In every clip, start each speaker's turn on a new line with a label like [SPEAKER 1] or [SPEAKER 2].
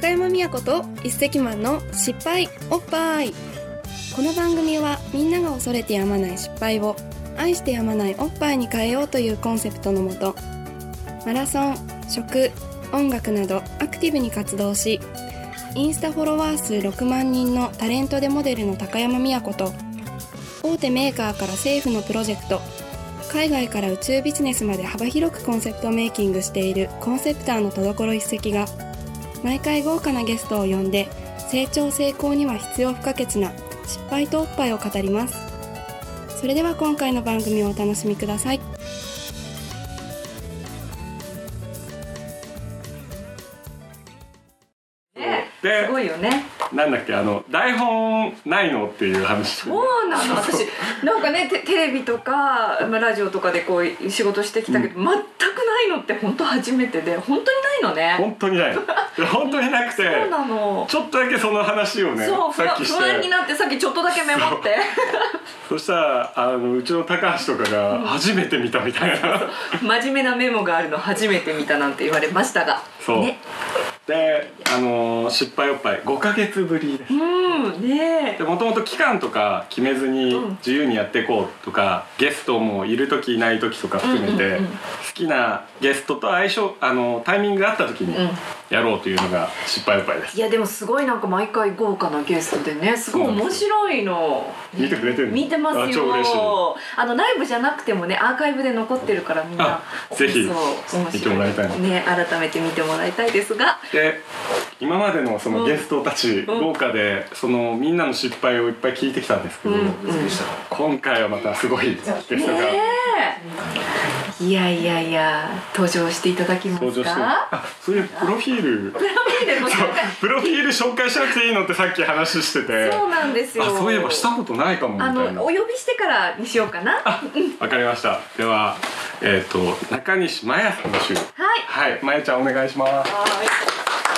[SPEAKER 1] 中山美也子と一石マンの失敗おっぱいこの番組はみんなが恐れてやまない失敗を愛してやまないおっぱいに変えようというコンセプトのもとマラソン食音楽などアクティブに活動しインスタフォロワー数6万人のタレントでモデルの高山美也子と大手メーカーから政府のプロジェクト海外から宇宙ビジネスまで幅広くコンセプトメイキングしているコンセプターの戸所一石が毎回豪華なゲストを呼んで成長成功には必要不可欠な失敗とおっぱいを語りますそれでは今回の番組をお楽しみください
[SPEAKER 2] ね
[SPEAKER 3] です
[SPEAKER 2] ごいよね
[SPEAKER 3] なんだっけあの台本ないのっていう話
[SPEAKER 2] そうなの私なんかねテテレビとかまあラジオとかでこう仕事してきたけど、全くないのって本当初めてで本当にないのね
[SPEAKER 3] 本当に ないの本当になくて
[SPEAKER 2] そうなの、
[SPEAKER 3] ちょっとだけその話をね
[SPEAKER 2] そう不
[SPEAKER 3] さ
[SPEAKER 2] 安
[SPEAKER 3] っきし
[SPEAKER 2] 不安に
[SPEAKER 3] て
[SPEAKER 2] なってさっきちょっとだけメモって
[SPEAKER 3] そしたらあのうちの高橋とかが初めて見たみたいな、
[SPEAKER 2] 真面目なメモがあるの初めて見たなんて言われましたが
[SPEAKER 3] そう
[SPEAKER 2] ね
[SPEAKER 3] であの失敗おっぱい5ヶ月ぶりです
[SPEAKER 2] うんねえ
[SPEAKER 3] でもともと期間とか決めずに
[SPEAKER 2] うん
[SPEAKER 3] 自由にやっていこうとか、ゲストもいる時いない時とか含めて、
[SPEAKER 2] うんうんうん
[SPEAKER 3] 好きなゲストと相性あのタイミングがあった時に
[SPEAKER 2] うん
[SPEAKER 3] やろうというのが失敗おっぱいです
[SPEAKER 2] いやでもすごいなんか毎回豪華なゲストでねすごい面白いの
[SPEAKER 3] 見てくれてるの
[SPEAKER 2] 見てま
[SPEAKER 3] あ
[SPEAKER 2] す
[SPEAKER 3] 超嬉しい
[SPEAKER 2] よあのライブじゃなくてもねアーカイブで残ってるからみんな
[SPEAKER 3] あぜひ
[SPEAKER 2] そう面白
[SPEAKER 3] 見てもらいたいな
[SPEAKER 2] ね改めて見てもらいたいですが
[SPEAKER 3] で今までのそのゲストたち、
[SPEAKER 2] ん
[SPEAKER 3] 豪華でそのみんなの失敗をいっぱい聞いてきたんですけど、
[SPEAKER 2] うんうん
[SPEAKER 3] 今回はまたすごいゲストが
[SPEAKER 2] ねえいやいやいや登場していただきますか
[SPEAKER 3] 登場してあそういうプロフィール
[SPEAKER 2] いいねご紹介
[SPEAKER 3] プロフィール紹介しなくていいのってさっき話してて
[SPEAKER 2] そうなんですよ
[SPEAKER 3] あそういえばしたことないかもみ
[SPEAKER 2] あ
[SPEAKER 3] たいな
[SPEAKER 2] のお呼びしてからにしようかなは
[SPEAKER 3] わかりましたではえっ、と中西麻耶さんの週
[SPEAKER 2] い
[SPEAKER 3] はい麻耶ちゃんお願いします
[SPEAKER 2] はい。よ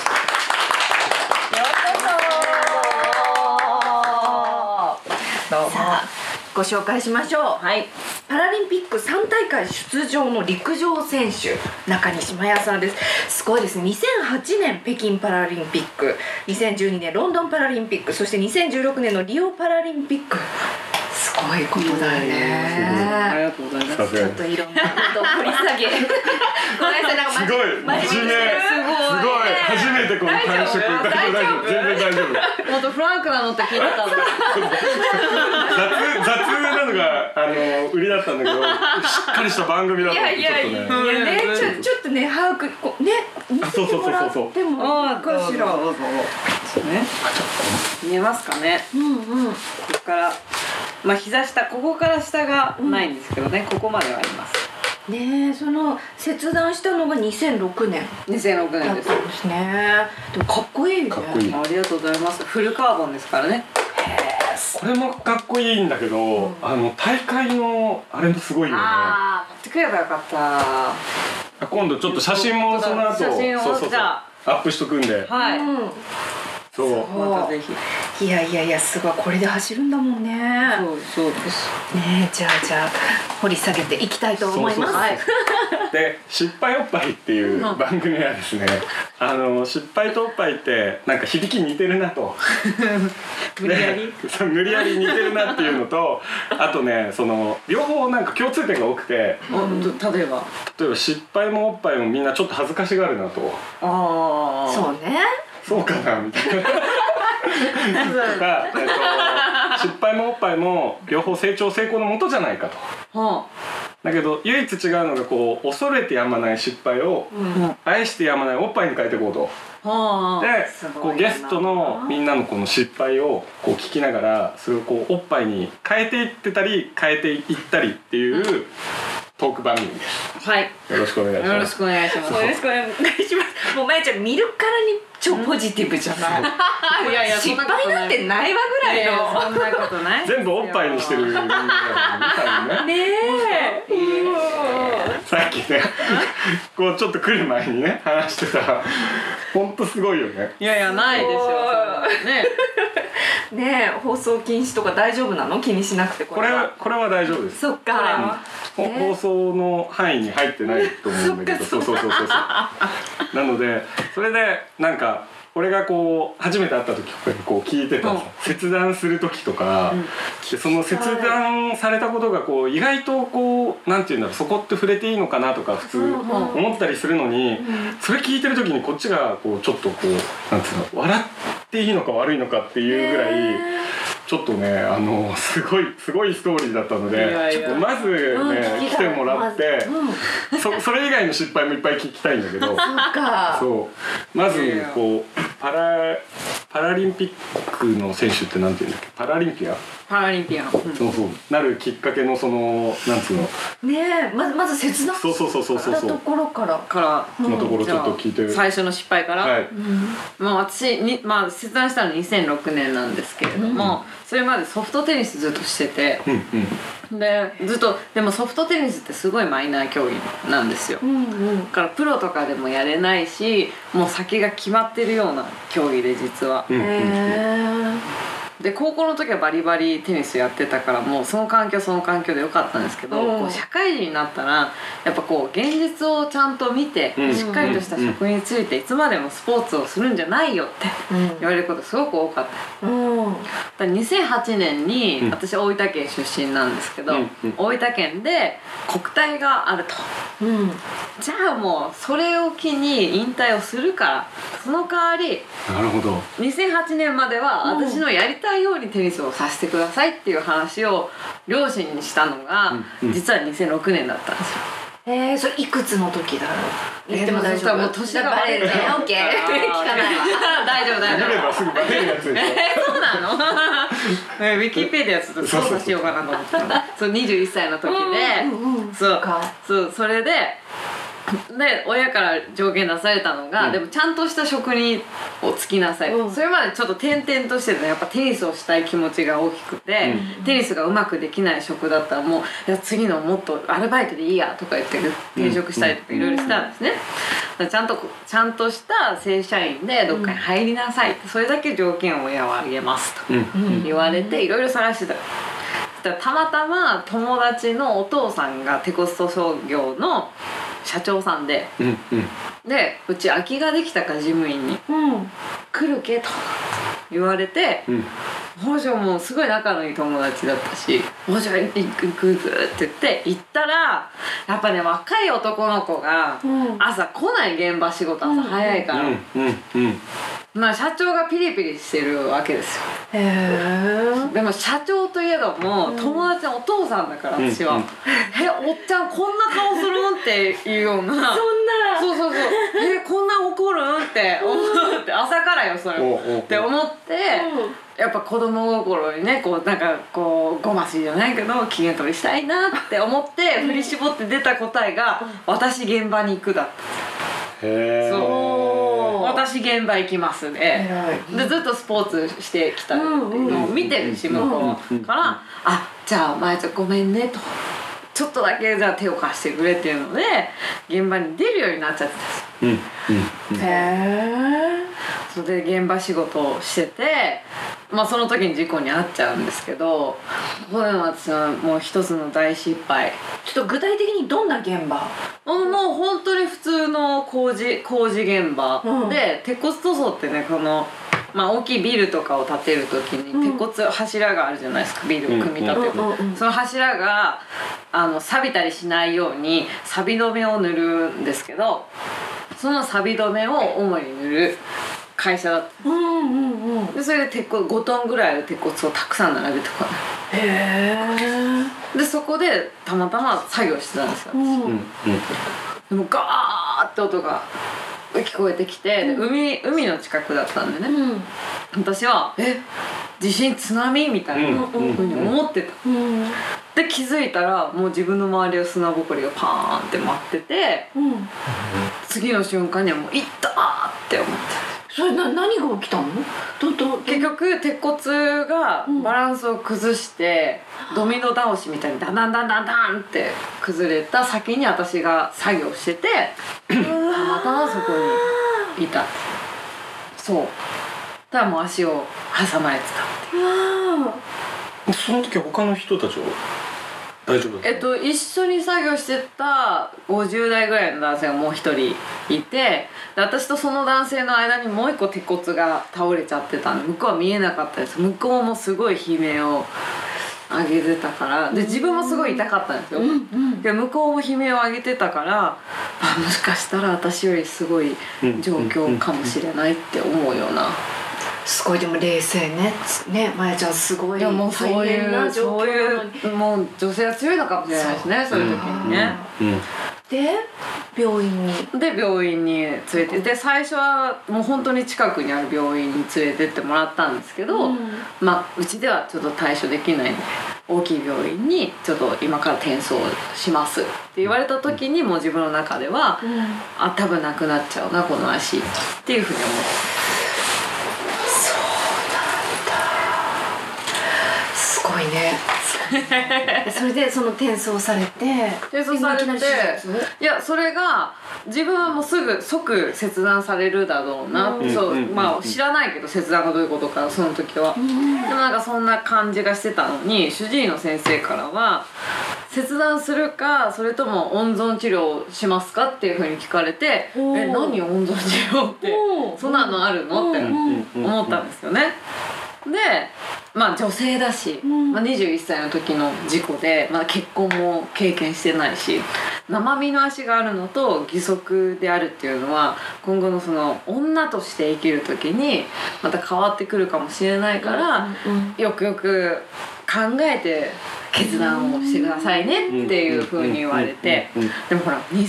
[SPEAKER 2] うこそ。どうも。ご紹介しましょう。はい。パラリンピック3大会出場の陸上選手中西麻耶さんです。すごいですね。2008年北京パラリンピック、2012年ロンドンパラリンピック、そして2016年のリオパラリンピック。すごいことだよね。
[SPEAKER 4] ありがとうございます。
[SPEAKER 3] さす
[SPEAKER 2] ち
[SPEAKER 3] が
[SPEAKER 2] ょ
[SPEAKER 3] に
[SPEAKER 2] っといろんなことを掘り下 げごめんなさいなんか
[SPEAKER 3] すごい
[SPEAKER 2] 真面目にしてる
[SPEAKER 3] すごい初めてこの感触
[SPEAKER 2] 大丈夫
[SPEAKER 3] 大丈
[SPEAKER 2] 大丈
[SPEAKER 3] 夫
[SPEAKER 2] 夫
[SPEAKER 3] 全然大丈夫
[SPEAKER 4] もっとフランクなのって聞いてたんで。
[SPEAKER 3] 雑雑なのがあの売りだったんだけどしっかりした番組だっ
[SPEAKER 2] い
[SPEAKER 3] た
[SPEAKER 2] や
[SPEAKER 3] ん
[SPEAKER 2] い
[SPEAKER 3] でちょ
[SPEAKER 2] や
[SPEAKER 3] っと
[SPEAKER 2] いや
[SPEAKER 3] ね
[SPEAKER 2] いやねちょちょっとね把握こうね見
[SPEAKER 3] あ
[SPEAKER 2] せ
[SPEAKER 3] そう
[SPEAKER 2] て
[SPEAKER 3] そうそ
[SPEAKER 2] も
[SPEAKER 3] う
[SPEAKER 2] ら
[SPEAKER 3] そう
[SPEAKER 2] っ
[SPEAKER 3] そう
[SPEAKER 2] てもいいかしら
[SPEAKER 4] どうぞ。そうね。見えますかね。
[SPEAKER 2] うんうん
[SPEAKER 4] ここから。まあ、膝下、ここから下がないんですけどね、ここまではあります。
[SPEAKER 2] ねえその切断したのが2006年
[SPEAKER 4] 2006
[SPEAKER 2] だ
[SPEAKER 4] 年
[SPEAKER 2] っ
[SPEAKER 4] です
[SPEAKER 2] た。んですねでもかっこいいね
[SPEAKER 3] かっこいい
[SPEAKER 4] ありがとうございます。フルカーボンですからね。
[SPEAKER 3] これもかっこいいんだけど、あの大会のあれもすごいよねあ
[SPEAKER 4] ああ、買ってくればよかった。
[SPEAKER 3] 今度ちょっと写真もその後
[SPEAKER 4] 写真を
[SPEAKER 3] そうそうそう
[SPEAKER 4] じゃ
[SPEAKER 3] ア
[SPEAKER 4] あ
[SPEAKER 3] ップしとくんで
[SPEAKER 4] はい。
[SPEAKER 2] う
[SPEAKER 3] そう
[SPEAKER 2] ごい
[SPEAKER 4] またぜひ。
[SPEAKER 2] んいやいやいやすごいこれで走るんだもんね
[SPEAKER 4] そう、そうです。
[SPEAKER 2] ねえじゃあじゃあ掘り下げていきたいと思います
[SPEAKER 3] そうそうそうで「失敗おっぱい」っていう番組はですねあの失敗とおっぱいってなんか響き似てるなと
[SPEAKER 4] 無理や り。
[SPEAKER 3] でそう無理やり似てるなっていうの とあとねその両方なんか共通点が多くて
[SPEAKER 4] お、例えば。
[SPEAKER 3] 例えば失敗もおっぱいもみんなちょっと恥ずかしがるなと
[SPEAKER 4] ああ。
[SPEAKER 2] そうね
[SPEAKER 3] そうかなみたいなとか、えっと、失敗もおっぱいも両方成長成功のもとじゃないかと。
[SPEAKER 4] は
[SPEAKER 3] だけど唯一違うのがこう恐れてやまない失敗を
[SPEAKER 4] あ。は
[SPEAKER 3] 愛してやまないおっぱいに変えていこうと。
[SPEAKER 4] あ。
[SPEAKER 3] です
[SPEAKER 2] ごいな
[SPEAKER 3] こうゲストのみんなのこの失敗をこう聞きながらそれをこうおっぱいに変えていってたり変えていったりっていうトーク番組で
[SPEAKER 4] はい。
[SPEAKER 3] すよろしくお願いし
[SPEAKER 4] よ
[SPEAKER 3] ま
[SPEAKER 4] ろし
[SPEAKER 3] す
[SPEAKER 4] くお願いします。
[SPEAKER 2] よろしくお願いしますもうまやちゃん見るからに超ポジティブじゃない
[SPEAKER 4] いやいや、
[SPEAKER 2] 失敗なんてないわぐらいの
[SPEAKER 4] そんなことない。
[SPEAKER 3] 全部おっぱいにしてる。人間だからみたいなね
[SPEAKER 2] ねえ。
[SPEAKER 3] さっきねこうちょっと来る前にね話してたらほんとすごいよね
[SPEAKER 4] いやいや、ないですよ。そんなのね。
[SPEAKER 2] ねえ、放送禁止とか大丈夫なの？気にしなくてこ
[SPEAKER 3] こ
[SPEAKER 2] れ
[SPEAKER 3] れ
[SPEAKER 2] は。
[SPEAKER 3] これは大丈夫です
[SPEAKER 2] そっか。
[SPEAKER 3] ほ
[SPEAKER 2] ね
[SPEAKER 3] 放送の範囲に入ってないと思うんだけどそうそうそうそうそうなのでそれでなんか俺がこう初めて会った時とかにこう聞いてた
[SPEAKER 4] うん
[SPEAKER 3] 切断する時とか、
[SPEAKER 4] うん
[SPEAKER 3] でその切断されたことがこう意外とこうなんていうんだろうそこって触れていいのかなとか普通思ったりするのに、それ聞いてる時にこっちがこうちょっとこうなんていうの笑っていいのか悪いのかっていうぐらい。ちょっとねあのすごいすごいストーリーだったので
[SPEAKER 4] いやいや
[SPEAKER 3] ちょっとまずね、
[SPEAKER 2] うん
[SPEAKER 3] 来てもらって、
[SPEAKER 2] うん、
[SPEAKER 3] そ それ以外の失敗もいっぱい聞きたいんだけど
[SPEAKER 2] なんか
[SPEAKER 3] そうまず
[SPEAKER 4] いやいや
[SPEAKER 3] こうパラパラリンピックの選手ってなんていうんだっけパラリンピア、
[SPEAKER 4] パラリンピアン、うん
[SPEAKER 3] そうそうなるきっかけのそのなんつうの
[SPEAKER 2] ねえまずまず切断
[SPEAKER 3] そうそうそうそう
[SPEAKER 2] し
[SPEAKER 3] そう
[SPEAKER 2] た
[SPEAKER 3] そ
[SPEAKER 2] と
[SPEAKER 3] う
[SPEAKER 2] ころから、
[SPEAKER 4] から
[SPEAKER 2] うん
[SPEAKER 3] のところちょっと聞いて
[SPEAKER 4] 最初の失敗から、
[SPEAKER 3] はい
[SPEAKER 2] うん、
[SPEAKER 4] まあ、私に、まあ、切断したの2006年なんですけれども、それまでソフトテニスずっとしてて
[SPEAKER 3] うんうん
[SPEAKER 4] でずっとでもソフトテニスってすごいマイナー競技なんですよ
[SPEAKER 2] うんうん
[SPEAKER 4] だからプロとかでもやれないしもう先が決まってるような競技で実は
[SPEAKER 3] うんうん
[SPEAKER 2] へ
[SPEAKER 4] で高校の時はバリバリテニスやってたからもうその環境その環境で良かったんですけど、
[SPEAKER 2] うん
[SPEAKER 4] こう社会人になったらやっぱこう現実をちゃんと見て、
[SPEAKER 3] うん
[SPEAKER 4] しっかりとした職についていつまでもスポーツをするんじゃないよって言われることすごく多かった
[SPEAKER 2] えうん
[SPEAKER 4] だから2008年に、
[SPEAKER 3] うん
[SPEAKER 4] 私大分県出身なんですけど、
[SPEAKER 3] うんうん
[SPEAKER 4] 大分県で国体があると
[SPEAKER 2] うん
[SPEAKER 4] じゃあもうそれを機に引退をするからその代わり
[SPEAKER 3] なるほど
[SPEAKER 4] 2008年までは
[SPEAKER 2] うん
[SPEAKER 4] 私のやりたいようにテニスをさせてくださいっていう話を両親にしたのが、
[SPEAKER 3] うんうん
[SPEAKER 4] 実は2006年だったんですよ
[SPEAKER 2] えー、それいくつの時だろう言っても大丈夫
[SPEAKER 4] えーもう年が
[SPEAKER 2] バ
[SPEAKER 4] バ
[SPEAKER 2] レ
[SPEAKER 4] レ
[SPEAKER 2] る
[SPEAKER 4] る
[SPEAKER 2] ね オッケー聞かないわ
[SPEAKER 4] 大丈夫大
[SPEAKER 3] 見
[SPEAKER 4] 丈
[SPEAKER 3] れ
[SPEAKER 4] 夫
[SPEAKER 3] ばすぐバレるやつでしょ
[SPEAKER 4] えそうなの ウィキペディアちょっと操作しようかなと思って たそう21歳の時で
[SPEAKER 2] うんうん
[SPEAKER 4] そう
[SPEAKER 2] か
[SPEAKER 4] そうそれで で親から条件出されたのが、
[SPEAKER 3] うん
[SPEAKER 4] でもちゃんとした職にをつきなさい、
[SPEAKER 2] うん
[SPEAKER 4] それまでちょっと転々としてたやっぱテニスをしたい気持ちが大きくて、テニスがうまくできない職だったらもういや次のもっとアルバイトでいいやとか言って転職したりとかいろいろしたんですね、だからちゃんとこちゃんとした正社員でどっかに入りなさいって、それだけ条件を親はあげます
[SPEAKER 3] う
[SPEAKER 4] と。
[SPEAKER 3] ん
[SPEAKER 2] うん
[SPEAKER 4] 言われていろいろ探してた。そしたらたまたま友達のお父さんがテコスト商業の社長さんで
[SPEAKER 3] うんうん
[SPEAKER 4] でうち空きができたから事務員に
[SPEAKER 2] うん
[SPEAKER 4] 「来るけ」と言われて
[SPEAKER 3] うん
[SPEAKER 4] 北条もすごい仲のいい友達だったし「北条行く行く行く」って言って行ったらやっぱね若い男の子が
[SPEAKER 2] うん
[SPEAKER 4] 朝来ない現場仕事朝早いから、
[SPEAKER 3] うんうんうん
[SPEAKER 4] まあ社長がピリピリしてるわけですよ
[SPEAKER 2] へえ
[SPEAKER 4] でも社長といえども、
[SPEAKER 2] うん
[SPEAKER 4] 友達のお父さんだから
[SPEAKER 3] うん
[SPEAKER 4] 私は、
[SPEAKER 3] うん
[SPEAKER 4] えおっちゃんこんな顔するんっていうよう
[SPEAKER 2] そ
[SPEAKER 4] な
[SPEAKER 2] んな
[SPEAKER 4] そうそうそうえこんな怒るんって思って朝からよそれ
[SPEAKER 3] お
[SPEAKER 4] も
[SPEAKER 3] うおうおう
[SPEAKER 4] って思って、やっぱ子供心にねこうなんかこうごましいじゃないけど機嫌取りしたいなって思って振り絞って出た答えが「私現場に行く」だった
[SPEAKER 3] へえ
[SPEAKER 4] 「
[SPEAKER 2] そう
[SPEAKER 4] 私現場行きます」で、
[SPEAKER 2] 偉い
[SPEAKER 4] でずっとスポーツしてきたのを見てるし
[SPEAKER 3] うん
[SPEAKER 4] 向
[SPEAKER 2] うん
[SPEAKER 4] こうから「あじゃあお前ちゃんごめんね」と。ちょっとだけじゃあ手を貸してくれっていうので現場に出るようになっちゃってたんです
[SPEAKER 3] うんうんうん
[SPEAKER 2] へえ
[SPEAKER 4] それで現場仕事をしてて、まあ、その時に事故に遭っちゃうんですけどここでの私はもう一つの大失敗
[SPEAKER 2] ちょっと具体的にどんな現場
[SPEAKER 4] もうもう本当に普通の工事工事現場、
[SPEAKER 2] うん
[SPEAKER 4] で鉄骨塗装ってねこの、まあ、大きいビルとかを建てる時
[SPEAKER 2] う
[SPEAKER 4] に
[SPEAKER 2] ん
[SPEAKER 4] 鉄骨柱があるじゃないですかビルを組み立てる、
[SPEAKER 2] うんうんうん
[SPEAKER 4] その柱があの錆びたりしないように錆止めを塗るんですけどその錆止めを主に塗る会社だっ
[SPEAKER 2] うんうんうん
[SPEAKER 4] たでそれで鉄骨5トンぐらいの鉄骨をたくさん並べてこ
[SPEAKER 2] へえ
[SPEAKER 4] いでそこでたまたま作業してたんですよ
[SPEAKER 2] うん
[SPEAKER 3] うんうん
[SPEAKER 4] でもガーって音が聞こえてきて、で海海の近くだったんでね、
[SPEAKER 2] うん
[SPEAKER 4] 私は「え地震津波?」みたいなふ
[SPEAKER 2] うん
[SPEAKER 4] うに思ってた、
[SPEAKER 2] うん
[SPEAKER 4] で気づいたらもう自分の周りを砂ぼこりがパーンって舞ってて
[SPEAKER 2] うん
[SPEAKER 4] 次の瞬間にはもう「いった!」って思って
[SPEAKER 2] それな何が起きたのどど
[SPEAKER 4] 結局鉄骨がバランスを崩して、ドミノ倒しみたいにダンダンダンダンダンって崩れた先に私が作業してて
[SPEAKER 2] うわ
[SPEAKER 4] たまたまそこにいたそうただもう足を挟まれてた
[SPEAKER 2] うわ
[SPEAKER 3] その時他の人たちは大丈夫
[SPEAKER 4] えっと、一緒に作業してた50代ぐらいの男性がもう一人いてで私とその男性の間にもう一個鉄骨が倒れちゃってたんで向こうは見えなかったです向こうもすごい悲鳴を上げてたからで自分もすごい痛かったんですよ、で向こうも悲鳴を上げてたからあもしかしたら私よりすごい状況かもしれないって思うような。
[SPEAKER 2] すごいでも冷静ねつねまやちゃんすごい
[SPEAKER 4] いやもうそう
[SPEAKER 2] 大変
[SPEAKER 4] い
[SPEAKER 2] な
[SPEAKER 4] うそ
[SPEAKER 2] 状
[SPEAKER 4] う
[SPEAKER 2] 況なのに
[SPEAKER 4] いうもう女性は強いのかもしれないですねそういう時にね。
[SPEAKER 3] うん
[SPEAKER 2] で病院に
[SPEAKER 4] で病院に連れてって最初はもう本当に近くにある病院に連れてってもらったんですけど、まあうちではちょっと対処できないんで大きい病院にちょっと今から転送しますって言われた時にもう自分の中では、あ多分なくなっちゃうなこの足っていうふうに思って
[SPEAKER 2] すごい ねそれでその転送されて
[SPEAKER 4] 転送され
[SPEAKER 2] 今い
[SPEAKER 4] て
[SPEAKER 2] きなり手術
[SPEAKER 4] いやそれが自分はもうすぐ即切断されるだろうな、
[SPEAKER 2] うん
[SPEAKER 4] そう
[SPEAKER 3] うんうんうん
[SPEAKER 4] まあ知らないけど切断がどういうことかその時は、でもなんかそんな感じがしてたのに主治医の先生からは切断するかそれとも温存治療をしますかっていうふうに聞かれて「
[SPEAKER 2] おー
[SPEAKER 4] え何温存治療って
[SPEAKER 2] おー
[SPEAKER 4] そんなのあるの?」って
[SPEAKER 2] うん
[SPEAKER 4] 思ったんですよね。でまあ女性だし、
[SPEAKER 2] ん
[SPEAKER 4] まあ、21歳の時の事故で、まあ、結婚も経験してないし生身の足があるのと義足であるっていうのは今後のその女として生きる時にまた変わってくるかもしれないから、よくよく考えて決断をしてくださいねっていうふうに言われて。
[SPEAKER 3] うんうん
[SPEAKER 4] でもほら2008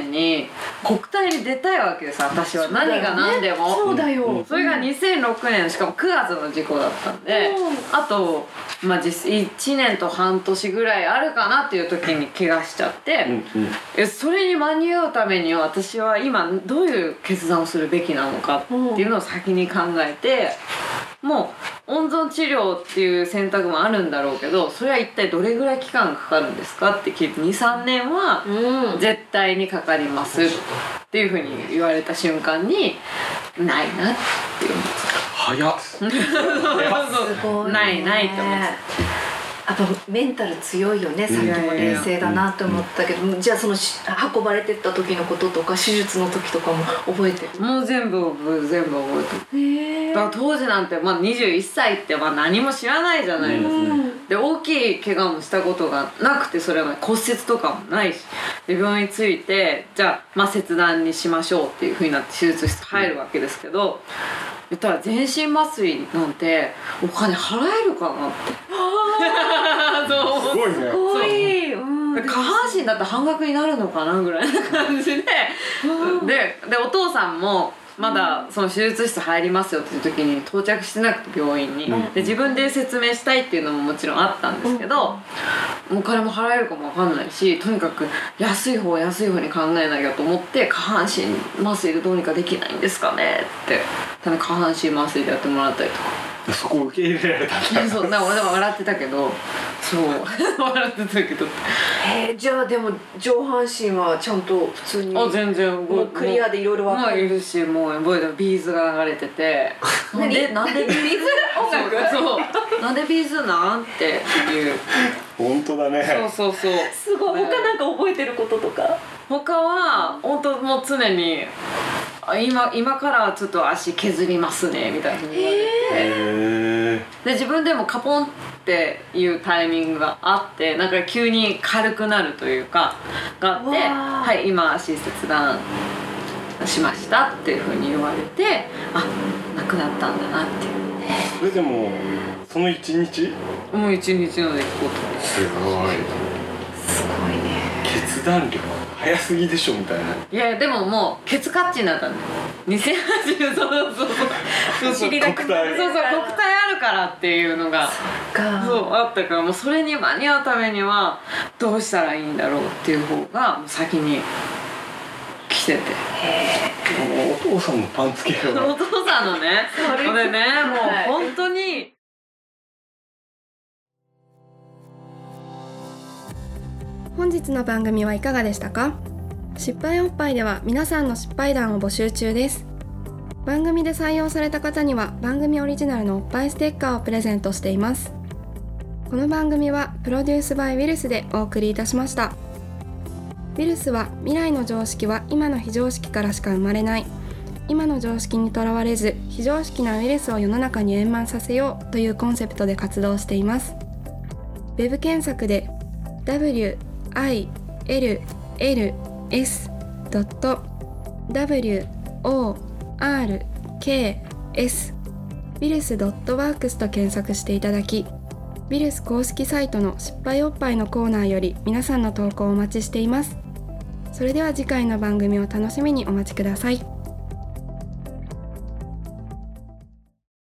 [SPEAKER 4] 年に国体に出たいわけです私は何が何でも
[SPEAKER 2] そうだよ、
[SPEAKER 3] うん
[SPEAKER 4] それが2006年しかも9月の事故だったんであと、まあ、実1年と半年ぐらいあるかなっていう時に怪我しちゃって、
[SPEAKER 3] うんうん
[SPEAKER 4] えそれに間に合うためには私は今どういう決断をするべきなのかっていうのを先に考えて。もう温存治療っていう選択もあるんだろうけどそれは一体どれぐらい期間がかかるんですかって聞いて23年は
[SPEAKER 2] うん
[SPEAKER 4] 絶対にかかりますっていうふうに言われた瞬間にないなって思っ
[SPEAKER 3] 早っ
[SPEAKER 2] すごいね
[SPEAKER 4] ないないと思って
[SPEAKER 2] あとメンタル強いよねさっきも冷静だなと思ったけど、じゃあそのし運ばれてった時のこととか手術の時とかも覚えてる
[SPEAKER 4] たもう全部覚え全部覚えてる
[SPEAKER 2] へ
[SPEAKER 4] だから当時なんて、まあ、21歳ってまあ何も知らないじゃないですか、で大きい怪我もしたことがなくてそれは骨折とかもないしで病院着いてじゃあ,、まあ切断にしましょうっていうふうになって手術室入るわけですけど、言ったら全身麻酔なんてお金払えるかなってそう思って
[SPEAKER 3] すごいね
[SPEAKER 2] ごい、うん、
[SPEAKER 4] 下半身だって半額になるのかなぐらいな感じで、ででお父さんもまだその手術室入りますよっていう時に到着してなくて病院に、
[SPEAKER 3] うん
[SPEAKER 4] で自分で説明したいっていうのももちろんあったんですけど、お金も払えるかもわかんないしとにかく安い方安い方に考えなきゃと思って下半身麻酔でどうにかできないんですかねってただ下半身麻酔でやってもらったりとか
[SPEAKER 3] そこ受け入れられたんだ
[SPEAKER 4] そうなんか俺でも笑ってたけどそう 笑ってたけど
[SPEAKER 2] へーじゃあでも上半身はちゃんと普通に
[SPEAKER 4] あ全然
[SPEAKER 2] もうクリアでいろいろ分
[SPEAKER 4] ま
[SPEAKER 2] か
[SPEAKER 4] あ
[SPEAKER 2] る
[SPEAKER 4] いるしもう覚えてるビーズが流れててなんでなんでビーズ音楽そうなんでビーズなんていう
[SPEAKER 3] 本当だ
[SPEAKER 4] そう
[SPEAKER 3] ね
[SPEAKER 4] そうそう
[SPEAKER 2] すごい他なんか覚えてることとか
[SPEAKER 4] 他は本当もう常にあ今今からちょっと足削りますねみたいな言われて
[SPEAKER 3] へえ
[SPEAKER 4] で自分でもカポンっていうタイミングがあってなんか急に軽くなるというかがあっ
[SPEAKER 2] わ
[SPEAKER 4] て「
[SPEAKER 2] あ
[SPEAKER 4] はい今足切断しました」っていうふうに言われてあなくなったんだなってい
[SPEAKER 3] それでもその一日
[SPEAKER 4] うもう一日の出来事です
[SPEAKER 3] すごい
[SPEAKER 2] すごいね
[SPEAKER 3] 決断力早すぎでしょみたいない
[SPEAKER 4] やでももうケツカッチにな ったんだよ2080そうそうそうそうそうそう
[SPEAKER 3] 国
[SPEAKER 4] 国
[SPEAKER 3] 体
[SPEAKER 4] 体あるからっていうのが
[SPEAKER 2] か
[SPEAKER 4] そうあったからもうそれに間に合うためにはどうしたらいいんだろうっていう方がもう先に来てて
[SPEAKER 3] お父さんのパンツ系
[SPEAKER 4] お
[SPEAKER 3] は
[SPEAKER 4] 父さんのね
[SPEAKER 2] それ
[SPEAKER 4] これね
[SPEAKER 2] はい
[SPEAKER 4] もう本当に
[SPEAKER 1] 本日の番組はいかがでしたか失敗おっぱいでは皆さんの失敗談を募集中です番組で採用された方には番組オリジナルのおっぱいステッカーをプレゼントしていますこの番組はプロデュースバイウィルスでお送りいたしましたウィルスは未来の常識は今の非常識からしか生まれない今の常識にとらわれず非常識なウイルスを世の中に円満させようというコンセプトで活動していますウェブ検索で wills.works ウィルス .works と検索していただきウィルス公式サイトの失敗おっぱいのコーナーより皆さんの投稿をお待ちしていますそれでは次回の番組を楽しみにお待ちください